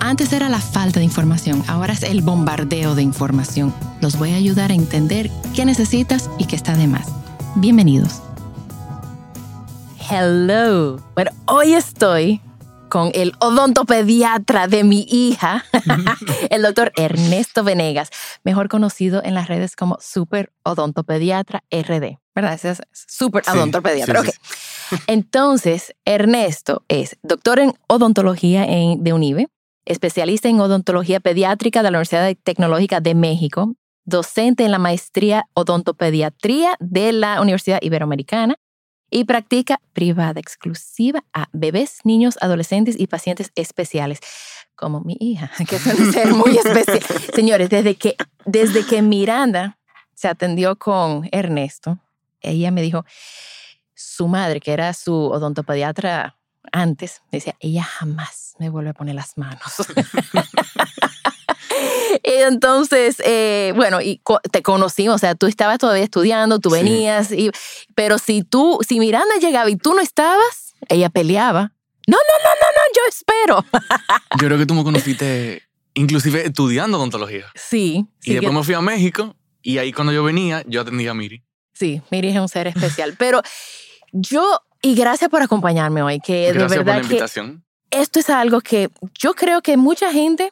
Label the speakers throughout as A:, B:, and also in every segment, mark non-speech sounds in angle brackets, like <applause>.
A: Antes era la falta de información, ahora es el bombardeo de información. Los voy a ayudar a entender qué necesitas y qué está de más. Bienvenidos. Hello. Bueno, hoy estoy con el odontopediatra de mi hija, <laughs> el doctor Ernesto Venegas, mejor conocido en las redes como Super Odontopediatra RD. ¿Verdad? Ese es Super
B: Sí,
A: Odontopediatra.
B: sí,
A: Ok. Entonces, Ernesto es doctor en odontología en- de UNIVE, especialista en odontología pediátrica de la Universidad Tecnológica de México, docente en la maestría odontopediatría de la Universidad Iberoamericana y práctica privada exclusiva a bebés, niños, adolescentes y pacientes especiales, como mi hija, <laughs> que suele ser muy especial. Señores, desde que, desde que Miranda se atendió con Ernesto, ella me dijo, su madre, que era su odontopediatra antes, me decía, ella jamás me vuelve a poner las manos. <laughs> Y entonces, eh, bueno, y co- te conocí, o sea, tú estabas todavía estudiando, tú
B: Sí.
A: venías, y, pero si tú, si Miranda llegaba y tú no estabas, ella peleaba. No, no, no, no, no, yo espero.
B: Yo creo que tú me conociste inclusive estudiando odontología.
A: Sí,
B: y
A: sí,
B: después
A: yo-
B: me fui a México y ahí cuando yo venía, yo atendía a Miri.
A: sí, Miri es un ser especial, pero yo, y gracias por acompañarme hoy, que
B: Gracias
A: de
B: por la
A: verdad que
B: invitación.
A: esto es algo que yo creo que mucha gente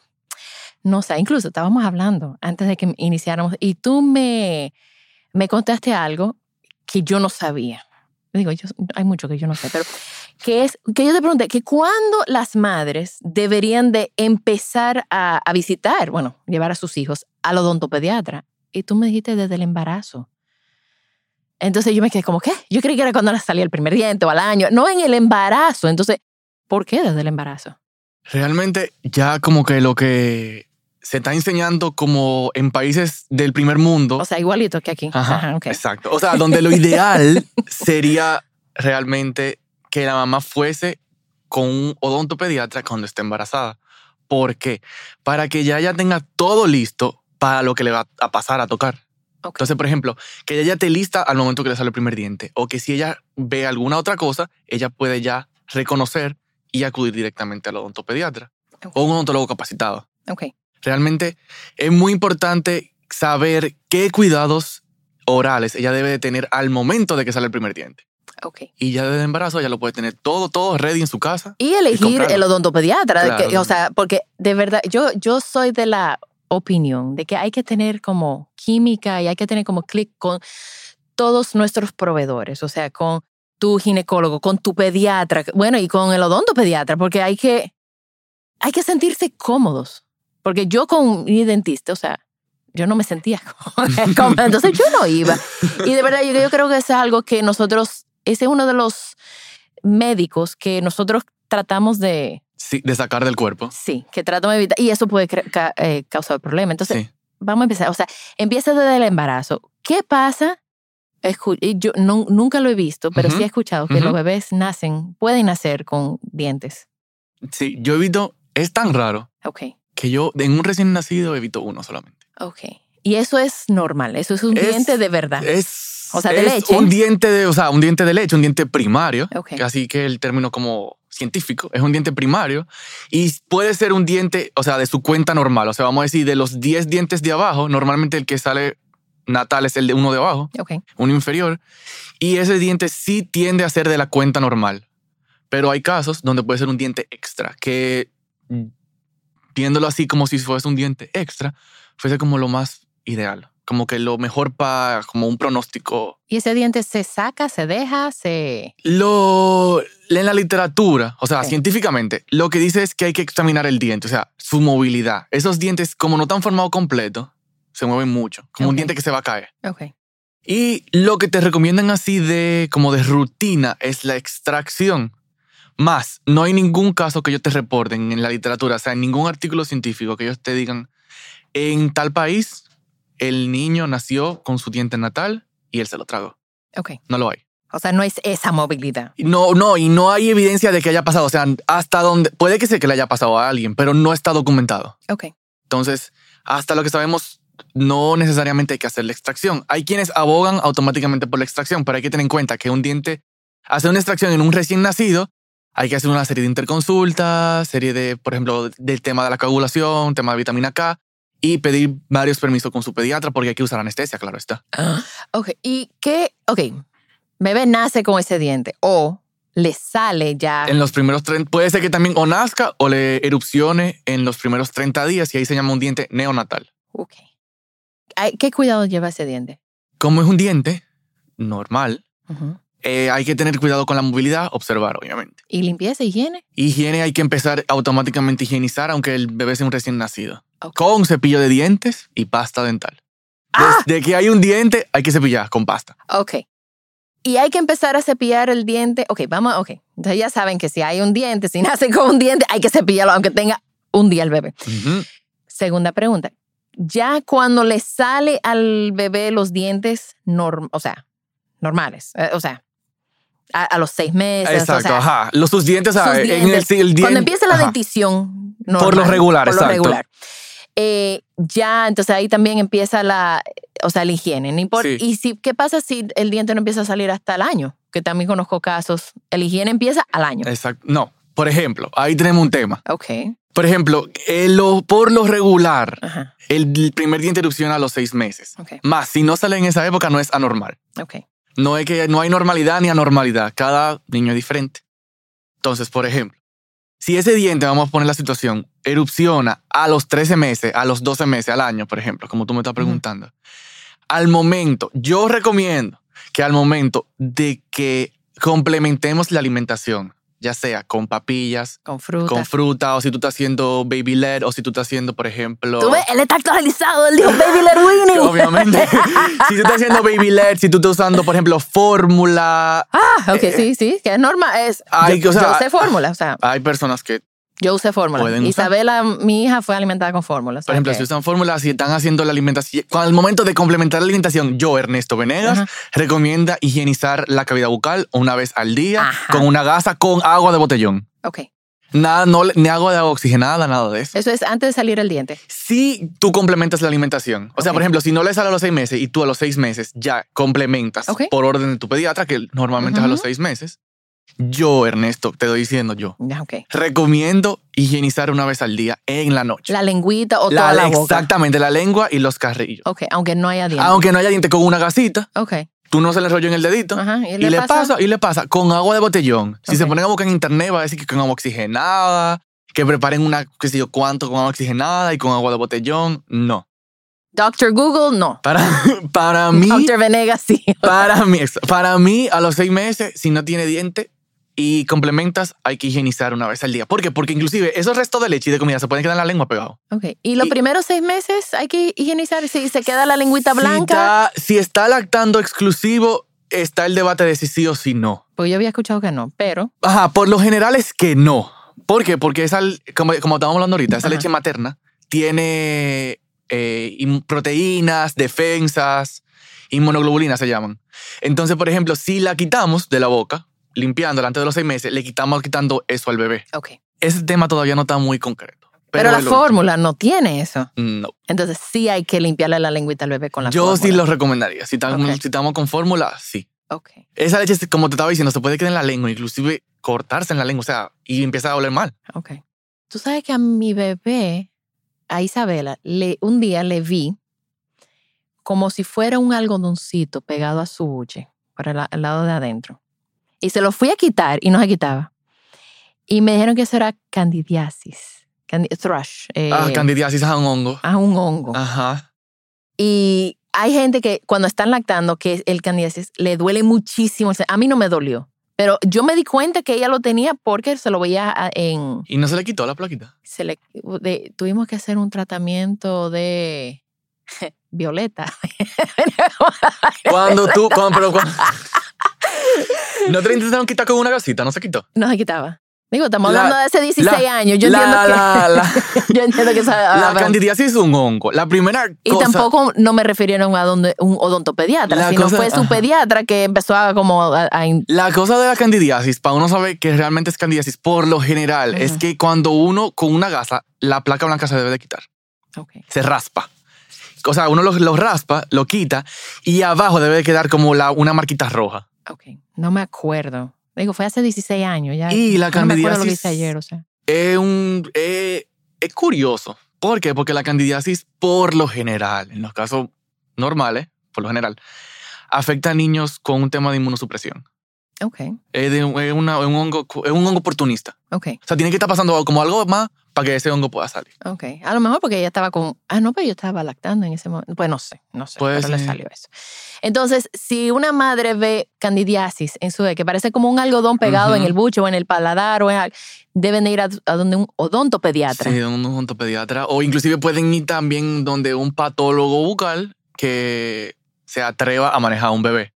A: no sabe. Incluso estábamos hablando antes de que iniciáramos y tú me, me contaste algo que yo no sabía. Digo, yo, hay mucho que yo no sé, pero que es que yo te pregunté que cuándo las madres deberían de empezar a, a visitar, bueno, llevar a sus hijos al odontopediatra. Y tú me dijiste desde el embarazo. Entonces yo me quedé como, ¿qué? Yo creí que era cuando salía el primer diente o al año. No, en el embarazo. Entonces, ¿Por qué desde el embarazo?
B: Realmente ya como que lo que se está enseñando como en países del primer mundo.
A: O sea, igualito que aquí.
B: Ajá,
A: Ajá, ok.
B: Exacto. O sea, donde
A: <laughs>
B: lo ideal sería realmente que la mamá fuese con un odontopediatra cuando esté embarazada. ¿Por qué? Para que ya ella tenga todo listo para lo que le va a pasar a tocar.
A: Ok.
B: Entonces, por ejemplo, que ella ya esté lista al momento que le sale el primer diente o que si ella ve alguna otra cosa, ella puede ya reconocer y acudir directamente al odontopediatra o un odontólogo capacitado.
A: Ok.
B: Realmente es muy importante saber qué cuidados orales ella debe de tener al momento de que sale el primer diente.
A: ok.
B: Y ya desde el embarazo ya lo puede tener todo, todo ready en su casa.
A: Y elegir
B: comprarlo.
A: el odontopediatra. de que-
B: Claro.
A: o sea, porque de verdad, yo, yo soy de la opinión de que hay que tener como química y hay que tener como clic con todos nuestros proveedores. O sea, con tu ginecólogo, con tu pediatra, bueno, y con el odontopediatra, porque hay que, hay que sentirse cómodos. Porque yo con mi dentista, o sea, yo no me sentía <laughs> cómoda, entonces yo no iba. Y de verdad, yo, yo creo que eso es algo que nosotros, ese es uno de los médicos que nosotros tratamos de,
B: Sí, de sacar del cuerpo.
A: sí, que tratamos de evitar, y eso puede cre- ca- eh, causar problemas. Entonces,
B: Sí.
A: vamos a empezar. O sea, empieza desde el embarazo. ¿Qué pasa? Escu- y yo nu- nunca lo he visto, pero sí
B: Ujú,
A: he escuchado que
B: ujú.
A: los bebés nacen, pueden nacer con dientes.
B: Sí, yo evito, es tan raro
A: Ok,
B: que yo en un recién nacido evito uno solamente.
A: ok. Y eso es normal, eso es un
B: Es-
A: diente de verdad.
B: Es,
A: O sea, de
B: es
A: leche.
B: un diente de, o sea, un diente de leche, un diente primario.
A: Ok.
B: que Así que el término como científico es un diente primario y puede ser un diente, o sea, de su cuenta normal. O sea, vamos a decir, de los 10 dientes de abajo, normalmente el que sale natal es el de uno de abajo,
A: Ok,
B: uno inferior, y ese diente sí tiende a ser de la cuenta normal. Pero hay casos donde puede ser un diente extra, que mm, viéndolo así como si fuese un diente extra, fuese como lo más ideal. como que lo mejor para como un pronóstico.
A: Y ese diente se saca, se deja, se...
B: Lo en la literatura, o sea,
A: Sí.
B: científicamente, lo que dice es que hay que examinar el diente, o sea, su movilidad. Esos dientes, como no están formados completo, se mueven mucho, como
A: Ok.
B: un diente que se va a caer.
A: Ok.
B: Y lo que te recomiendan así de como de rutina es la extracción. Más, no hay ningún caso que ellos te reporten en la literatura, o sea, en ningún artículo científico que ellos te digan, en tal país el niño nació con su diente natal y él se lo tragó.
A: Ok.
B: No lo hay.
A: O sea, no es esa movilidad.
B: No, no, y no hay evidencia de que haya pasado, o sea, hasta donde, puede que sea que le haya pasado a alguien, pero no está documentado.
A: Ok.
B: Entonces, hasta lo que sabemos, no necesariamente hay que hacer la extracción. Hay quienes abogan automáticamente por la extracción, pero hay que tener en cuenta que un diente, hacer una extracción en un recién nacido, hay que hacer una serie de interconsultas, serie de, por ejemplo, del tema de la coagulación, tema de vitamina K, y pedir varios permisos con su pediatra porque hay que usar anestesia, claro está.
A: Ok. ¿Y qué? Ok. Bebé nace con ese diente o le sale ya...
B: En los primeros 30, puede ser que también o nazca o le erupcione en los primeros 30 días y ahí se llama un diente neonatal.
A: Ok. Ay, ¿Qué cuidado lleva ese diente?
B: Como es un diente normal,
A: Ujú.
B: Eh, hay que tener cuidado con la movilidad, observar, obviamente.
A: ¿Y limpieza, higiene?
B: Higiene hay que empezar automáticamente a higienizar, aunque el bebé sea un recién nacido.
A: Ok.
B: Con cepillo de dientes y pasta dental.
A: ¡Ah!
B: Desde que hay un diente, hay que cepillar con pasta.
A: Ok. Y hay que empezar a cepillar el diente. Ok, vamos, ok. Entonces ya saben que si hay un diente, si <laughs> nace con un diente, hay que cepillarlo, aunque tenga un día el bebé.
B: Ujú.
A: Segunda pregunta. Ya cuando le sale al bebé los dientes, norm- o sea, normales, eh, o sea, a, a los seis meses. o
B: Exacto,
A: sea,
B: ajá. Los, sus dientes,
A: sus
B: ajá, eh, en el,
A: dientes.
B: sí, el diente.
A: Cuando empieza la
B: ajá.
A: dentición. normal,
B: Por lo regular,
A: por lo
B: exacto.
A: regular. Eh, ya, entonces ahí también empieza la, o sea, la higiene. no importa-
B: Sí.
A: ¿Y si, qué pasa si el diente no empieza a salir hasta el año? Que también conozco casos. El higiene empieza al año.
B: Exacto. No, por ejemplo, ahí tenemos un tema.
A: Ok.
B: Por ejemplo, eh, lo- por lo regular,
A: Ajá.
B: el primer diente erupciona a los seis meses.
A: Ok.
B: Más, si no sale en esa época, no es anormal.
A: Ok.
B: No es que no hay normalidad ni anormalidad. Cada niño es diferente. Entonces, por ejemplo, si ese diente, vamos a poner la situación, erupciona a los 13 meses, a los 12 meses, al año, por ejemplo, como tú me estás preguntando, al momento, yo recomiendo que al momento de que complementemos la alimentación, ya sea con papillas,
A: Con fruta.
B: con fruta, o si tú estás haciendo baby led, o si tú estás haciendo, por ejemplo...
A: Tú ves, él está actualizado. Él dijo
B: <laughs>
A: Baby Lerwini.
B: Obviamente. <laughs> si tú estás haciendo baby led, si tú estás usando, por ejemplo, fórmula,
A: Ah, <laughs> ok, sí, sí, que es normal. Es,
B: Ay,
A: yo,
B: o sea,
A: yo usé fórmula, o sea,
B: Hay personas que,
A: yo usé fórmula.
B: pueden usar.
A: Isabela, mi hija, fue alimentada con fórmula. o sea
B: por ejemplo,
A: que-
B: si usan fórmulas, si están haciendo la alimentación, al momento de complementar la alimentación, yo, Ernesto Venegas,
A: Ajá.
B: recomienda higienizar la cavidad bucal una vez al día
A: Ajá.
B: con una gasa con agua de botellón.
A: Ok.
B: Nada, no, le- ni agua de agua oxigenada, nada de eso.
A: Eso es antes de salir el diente.
B: Si tú complementas la alimentación, o sea,
A: Ok.
B: por ejemplo, si no le sale a los seis meses y tú a los seis meses ya complementas
A: Ok.
B: por orden de tu pediatra, que normalmente es a los
A: Ujú.
B: seis meses, yo, Ernesto, te estoy diciendo yo,
A: Ya, ok.
B: recomiendo higienizar una vez al día en la noche.
A: La lengüita o
B: La-
A: toda la
B: la-
A: boca.
B: Exactamente, la lengua y los carrillos.
A: Ok, aunque no haya diente.
B: Aunque no haya diente con una gasita,
A: Ok.
B: tú no se le rollo en el dedito.
A: Ajá.
B: Y, le pasa? y le pasa con agua de botellón. Si se
A: Ok.
B: ponen a buscar en internet, va a decir que con agua oxigenada, que preparen una, qué sé yo, cuánto con agua oxigenada y con agua de botellón. No.
A: Doctor Google, no.
B: Para, <laughs>
A: <laughs>
B: para mí,
A: Doctor Venegas, sí. <laughs>
B: para mí, para mí, a los seis meses, si no tiene diente y complementas, hay que higienizar una vez al día. ¿Por qué? Porque inclusive esos restos de leche y de comida se pueden quedar en la lengua pegado.
A: Ok. Y los
B: Y-
A: primeros seis meses hay que higienizar. Si se queda la lengüita blanca.
B: Si está, si está lactando exclusivo, está el debate de si sí o si no.
A: Pues yo había escuchado que no, pero.
B: Ajá, por lo general es que no. ¿Por qué? Porque esa, como, como estábamos hablando ahorita, esa
A: Ajá.
B: leche materna tiene eh, in- proteínas, defensas, inmunoglobulinas se llaman. Entonces, por ejemplo, si la quitamos de la boca, limpiándola antes de los seis meses, le quitamos quitando eso al bebé.
A: Ok.
B: Ese tema todavía no está muy concreto.
A: Pero, la
B: el-
A: fórmula no tiene eso.
B: No.
A: Entonces sí hay que limpiarle la lengüita al bebé con la
B: Yo sí
A: fórmula.
B: lo recomendaría. Si estamos,
A: Ok.
B: si estamos con fórmula, sí.
A: Ok.
B: Esa leche, este, como te estaba diciendo, se puede quedar en la lengua, inclusive cortarse en la lengua, o sea, y empieza a oler mal.
A: Ok. Tú sabes que a mi bebé, a Isabela, le, un día le vi como si fuera un algodoncito pegado a su buche, para la- el lado de adentro. Y se lo fui a quitar y no se quitaba. Y me dijeron que eso era candidiasis, candi- thrush, eh,
B: Ah, candidiasis a un hongo.
A: a un hongo.
B: Ajá.
A: Y hay gente que cuando están lactando, que es el candidiasis, le duele muchísimo. el se- A mí no me dolió. Pero yo me di cuenta que ella lo tenía porque se lo veía a- en...
B: Y no se le quitó
A: <laughs>
B: la plaquita.
A: se le- de- tuvimos que hacer un tratamiento
B: <laughs>
A: de violeta. <laughs>
B: Cuando tú, cuando, pero cuando- <laughs> No te la intentaron quitar con una gasita, no se quitó.
A: No se quitaba. Digo, estamos
B: La-
A: hablando de hace 16
B: la-
A: años. Yo
B: la,
A: entiendo que...
B: la, la-
A: <laughs> yo entiendo que esa-
B: la
A: habrá-
B: candidiasis es un hongo. La primera
A: Y
B: cosa.
A: tampoco no me refirieron a donde, un odontopediatra,
B: La
A: sino
B: cosa-
A: fue su
B: ajá.
A: pediatra que empezó a como a, a in-
B: La cosa de la candidiasis, para uno saber que realmente es candidiasis, por lo general,
A: Ujú.
B: es que cuando uno con una gasa, la placa blanca se debe de quitar. se raspa. O sea, uno lo, lo raspa, lo quita y abajo debe de quedar como la, una marquita roja.
A: Ok, no me acuerdo. Digo, fue hace 16 años ya.
B: Y la
A: no me acuerdo lo que
B: candidiasis
A: hice ayer, o sea.
B: es, un, es, es curioso. ¿Por qué? Porque la candidiasis, por lo general, en los casos normales, por lo general, afecta a niños con un tema de inmunosupresión.
A: Ok,
B: Es, de- es una- es un, hongo, es un hongo oportunista.
A: ok,
B: O sea, tiene que estar pasando como algo más para que ese hongo pueda salir.
A: ok. A lo mejor porque ella estaba con... Ah, no, pero yo estaba lactando en ese momento. Pues no sé, no sé,
B: Puede
A: pero le
B: ser.
A: salió eso. Entonces, si una madre ve candidiasis en su que parece como un algodón pegado en
B: Ujú.
A: el buche o en el paladar o en al- deben de ir a, a donde un odontopediatra.
B: Sí, un odontopediatra. O inclusive pueden ir también donde un patólogo bucal que se atreva a manejar a un bebé.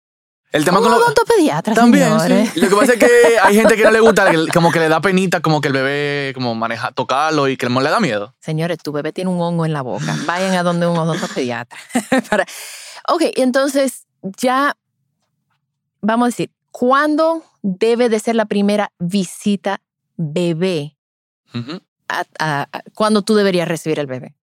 B: El tema
A: un
B: con lo-
A: odontopediatra,
B: También,
A: señores.
B: sí. Lo que pasa
A: <laughs>
B: es que hay gente que no le gusta, que- como que le da penita, como que el bebé, como maneja, tocarlo y que le da miedo.
A: Señores, tu bebé tiene un hongo en la boca. Vayan a donde un odontopediatra. <laughs> Para... Ok, entonces ya vamos a decir, ¿cuándo debe de ser la primera visita bebé?
B: Ujú.
A: A, a- a- ¿Cuándo tú deberías recibir el bebé?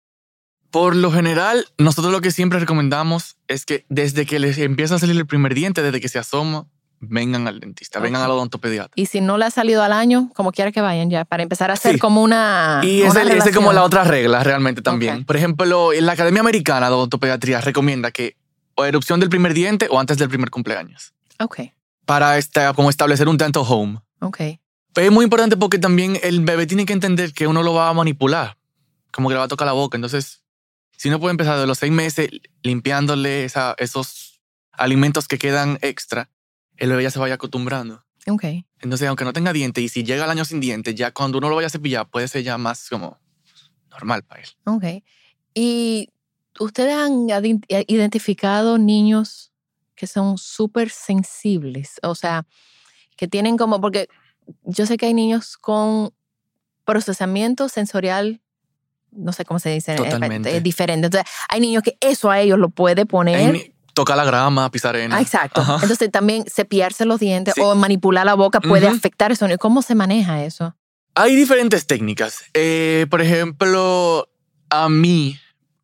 B: Por lo general, nosotros lo que siempre recomendamos es que desde que les empieza a salir el primer diente, desde que se asoma, vengan al dentista, vengan
A: Ok.
B: al odontopediatra.
A: Y si no le ha salido al año, como quiera que vayan ya, para empezar a hacer
B: Sí.
A: como una...
B: Y
A: Ah, una
B: esa esa es como
A: relación.
B: la otra regla realmente también.
A: Ok.
B: Por ejemplo, en la Academia Americana de Odontopediatría recomienda que o erupción del primer diente o antes del primer cumpleaños
A: Ok,
B: para esta, como establecer un dental home.
A: ok.
B: Pero es muy importante porque también el bebé tiene que entender que uno lo va a manipular, como que le va a tocar la boca. Entonces, si uno puede empezar de los seis meses limpiándole esa- esos alimentos que quedan extra, el bebé ya se vaya acostumbrando.
A: Ok.
B: Entonces, aunque no tenga diente y si llega el año sin diente, ya cuando uno lo vaya a cepillar, puede ser ya más como normal para él.
A: Ok. ¿Y ustedes han adin- identificado niños que son súper sensibles? O sea, que tienen como, porque yo sé que hay niños con procesamiento sensorial, no sé cómo se dice, eh,
B: Totalmente.
A: eh, diferente. Entonces, hay niños que eso a ellos lo puede
B: Ahí
A: poner.
B: ni- Toca la grama, pisar arena.
A: ¿Eh? Ah, exacto.
B: Ajá.
A: Entonces también cepillarse los dientes
B: Sí.
A: o manipular la boca puede
B: Ujú.
A: afectar eso. ¿Cómo se maneja eso?
B: Hay diferentes técnicas. Eh, por ejemplo, a mí,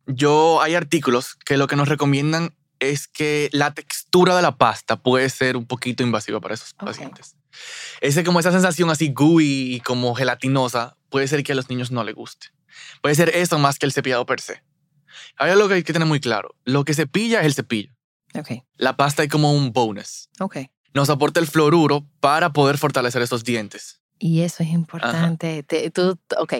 B: yo hay artículos que lo que nos recomiendan es que la textura de la pasta puede ser un poquito invasiva para esos
A: Ok.
B: pacientes. Ese, como esa sensación así gooey y como gelatinosa, puede ser que a los niños no les guste. Puede ser eso más que el cepillado per se. Hay algo que hay que tener muy claro. Lo que cepilla es el cepillo.
A: Ok,
B: La pasta es como un bonus.
A: ok.
B: Nos aporta el fluoruro para poder fortalecer esos dientes.
A: Y eso es importante. Te- tú- t- ok.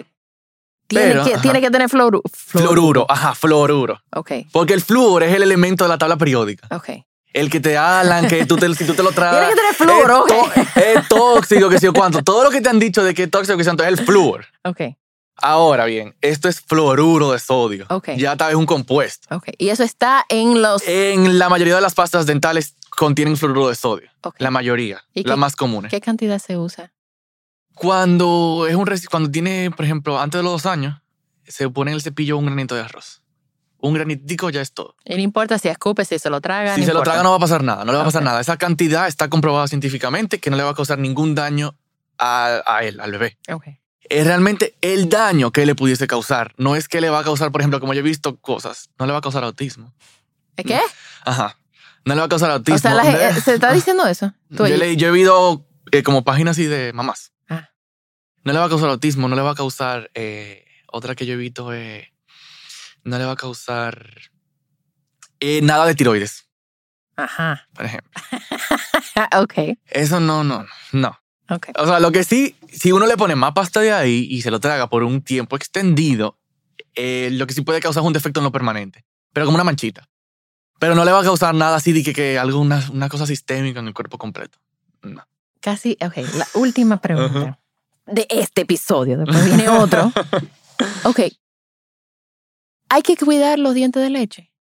A: Tiene,
B: Pero,
A: que,
B: ajá.
A: tiene que tener fluoru-
B: Fluoruro, ajá, fluoruro.
A: Ok,
B: Porque el flúor es el elemento de la tabla periódica.
A: ok.
B: El que te hablan, que tú te, si tú te lo
A: Tiene
B: tragas.
A: que tener fluoro.
B: Es, tó- es tóxico, que sé yo cuánto. Todo lo que te han dicho de que es tóxico, que sé yo, entonces es el flúor.
A: Ok,
B: Ahora bien, esto es fluoruro de sodio.
A: Ok.
B: Ya tal vez un compuesto.
A: ok. Y eso está en los...
B: En la mayoría de las pastas dentales contienen fluoruro de sodio.
A: ok.
B: La mayoría,
A: ¿Y
B: las
A: qué-
B: más comunes.
A: ¿Qué cantidad se usa?
B: Cuando es un resi- cuando tiene, por ejemplo, antes de los dos años, se pone en el cepillo un granito de arroz. Un granitico ya es todo.
A: Y no importa si escupe, si se lo traga.
B: Si se lo traga no va a pasar nada, no le va a pasar
A: Ok.
B: nada. Esa cantidad está comprobada científicamente que no le va a causar ningún daño a, a él, al bebé.
A: no. Ok,
B: Es realmente el daño que le pudiese causar. No es que le va a causar, por ejemplo, como yo he visto cosas, no le va a causar autismo.
A: ¿Eh, ¿Qué?
B: Ajá. No le va a causar autismo.
A: o sea, la gen- eh, ¿se está diciendo eso? Tú
B: yo,
A: ahí.
B: le- yo he visto eh, como páginas así de mamás.
A: Ah.
B: No le va a causar autismo, no le va a causar... eh, otra que yo he visto eh, no le va a causar eh, nada de tiroides,
A: Ajá. <laughs>
B: por ejemplo.
A: ok,
B: Eso no, no, no.
A: ok.
B: O sea, lo que sí, si uno le pone más pasta de ahí y se lo traga por un tiempo extendido, eh, lo que sí puede causar es un defecto en lo permanente, pero como una manchita. Pero no le va a causar nada así de que, que algo, una, una cosa sistémica en el cuerpo completo.
A: Casi, ok, la última pregunta de este episodio, después <laughs> viene otro. Ok. Hay que cuidar los dientes de leche.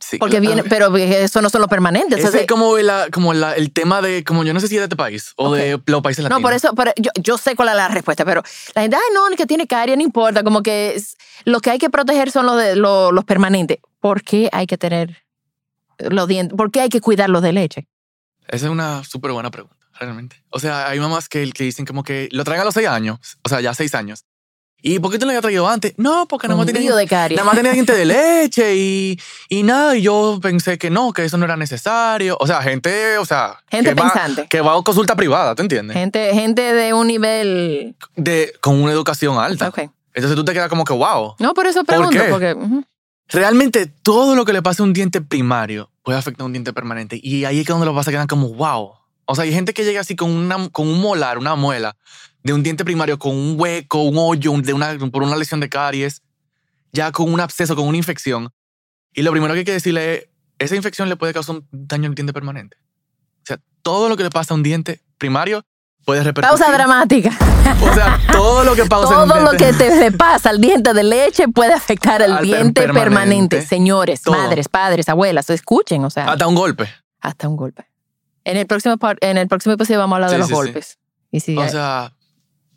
B: Sí,
A: Porque
B: claro.
A: viene, pero eso no son los permanentes.
B: Ese
A: o sea,
B: es como, la, como la- el tema de, como yo no sé si era de este país o de los países latinos.
A: No, por eso, por- yo, yo sé cuál es la respuesta, pero la gente, ay, no, el que tiene caries, no importa, como que es- lo que hay que proteger son los, de, lo- los permanentes. ¿Por qué hay que tener los dientes? ¿Por qué hay que cuidar los de leche?
B: Esa es una súper buena pregunta, realmente. O sea, hay mamás que, que dicen como que lo traen a los seis años, o sea, ya seis años. ¿Y por qué tú no lo habías traído antes? No, porque nada más tenía,
A: Hundido de caries.
B: nada más tenía diente de leche y, y nada. Y yo pensé que no, que eso no era necesario. O sea, gente, o sea,
A: Gente
B: que va-
A: pensante.
B: que va a consulta privada, ¿te entiendes?
A: Gente, gente de un nivel.
B: De, con una educación alta.
A: Ok.
B: Entonces tú te quedas como que, wow.
A: No, por eso
B: ¿Por
A: pregunto,
B: qué?
A: porque. ujú.
B: Realmente todo lo que le pase a un diente primario puede afectar a un diente permanente. Y ahí es que donde los vas a quedar como, wow. O sea, hay gente que llega así con, una, con un molar, una muela, de un diente primario con un hueco, un hoyo, un- de una, por una lesión de caries, ya con un absceso, con una infección. Y lo primero que hay que decirle es, esa infección le puede causar un daño al diente permanente. O sea, todo lo que le pasa a un diente primario puede repercutir.
A: Pausa
B: <laughs>
A: dramática.
B: O sea, todo lo que pasa
A: Todo lo que te le pasa al diente de leche puede afectar al
B: Al per-
A: diente permanente.
B: permanente.
A: Señores,
B: Todo.
A: madres, padres, abuelas, escuchen, o sea, hasta,
B: Hasta un golpe.
A: un golpe. En el próximo par- en el próximo episodio vamos a hablar
B: Sí,
A: de los
B: sí, sí.
A: golpes. Y eh, si
B: O sea,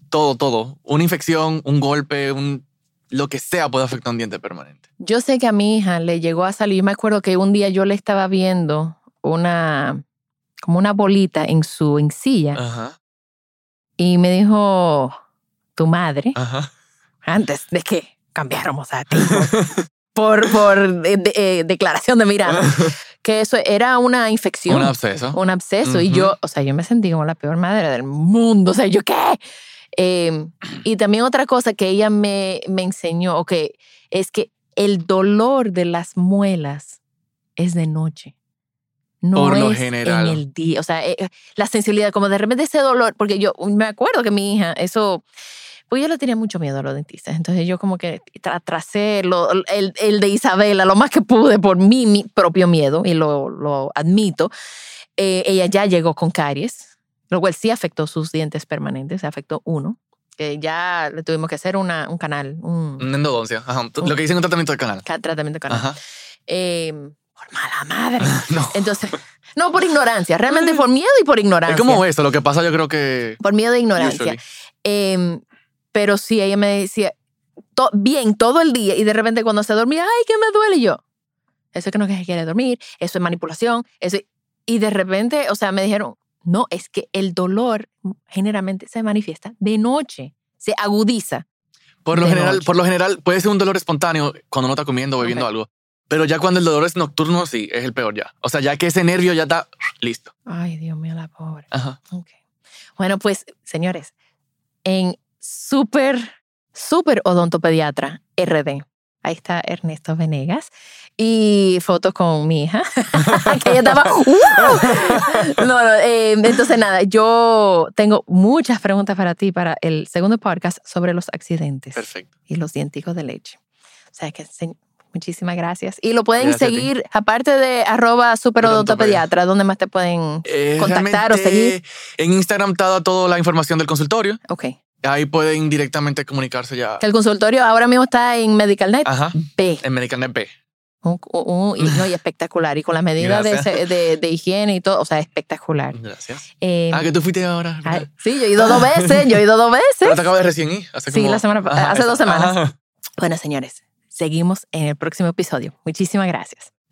B: todo, todo. Una infección, un golpe, un lo que sea puede afectar un diente permanente.
A: Yo sé que a mi hija le llegó a salir. Yo me acuerdo que un día yo le estaba viendo una como una bolita en su encilla
B: Ajá,
A: y me dijo tu madre
B: ajá.
A: antes de que cambiáramos a ti por por de- de- eh, declaración de mirada que eso era una infección.
B: un absceso.
A: un absceso. Y
B: Ujú.
A: yo, o sea, yo me sentí como la peor madre del mundo. O sea, yo qué. Eh,
B: Ah.
A: y también otra cosa que ella me, me enseñó, ok, es que el dolor de las muelas es de noche. No
B: Por lo
A: es
B: general.
A: en el día. O sea, eh, eh, la sensibilidad, como de repente ese dolor, porque yo me acuerdo que mi hija, eso, pues yo le tenía mucho miedo a los dentistas. Entonces yo como que tra- tracé lo- el, el de Isabela lo más que pude por mí, mi propio miedo, y lo, lo admito. Eh, ella ya llegó con caries, lo cual sí afectó sus dientes permanentes, afectó uno, que ya le tuvimos que hacer una, un canal, un
B: Una endodoncia. Ajá. Lo que dicen un tratamiento del canal.
A: ca- tratamiento de canal.
B: Mm. Ajá. <laughs> Ah.
A: Eh, por mala madre.
B: No.
A: Entonces, <laughs> no por ignorancia, realmente por miedo y por
B: Mm. Es
A: ignorancia.
B: como eso. Lo que pasa, yo creo que.
A: Por miedo e ignorancia.
B: usually.
A: Em, pero sí, ella me decía, "To- bien, todo el día, y de repente cuando se dormía, ay, que me duele Y yo. Eso es que no se quiere dormir, eso es manipulación, eso. Y de repente, o sea, me dijeron, no, es que el dolor generalmente se manifiesta de noche, se agudiza.
B: Por lo,
A: de
B: general,
A: noche.
B: por lo general, puede ser un dolor espontáneo cuando no está comiendo o bebiendo
A: Ok.
B: algo. Pero ya cuando el dolor es nocturno, sí, es el peor ya. O sea, ya que ese nervio ya está listo.
A: Ay, Dios mío, la pobre.
B: Ajá.
A: Ok. Bueno, pues, señores, en Super, Super Odontopediatra RD. Ahí está Ernesto Venegas. Y fotos con mi hija. <laughs> que ella estaba. ¡wow! No, no, eh, entonces, nada, yo tengo muchas preguntas para ti para el segundo podcast sobre los accidentes
B: Perfecto.
A: y los dienticos de leche. O sea que se- muchísimas gracias. Y lo pueden
B: Gracias a ti.
A: seguir, aparte de arroba superodontopediatra, ¿dónde más te pueden
B: Eh,
A: contactar o
B: realmente,
A: seguir?
B: En Instagram está toda la información del consultorio.
A: Ok.
B: Ahí pueden directamente comunicarse ya.
A: Que el consultorio ahora mismo está en MedicalNet
B: Ajá.
A: B.
B: En American P.
A: Un- un- y, no, y espectacular. Y con las medidas de,
B: Gracias.
A: se- de- de higiene y todo, o sea, espectacular.
B: Gracias.
A: Eh,
B: Ah, que tú fuiste ahora.
A: ay,
B: ¿verdad?
A: sí, yo he ido dos veces, yo he ido dos
B: Pero te
A: veces.
B: acabas de recién ir. Hace
A: Sí,
B: como-
A: la semana- hace dos
B: esa-
A: semanas.
B: ajá.
A: Bueno, señores, seguimos en el próximo episodio. Muchísimas gracias.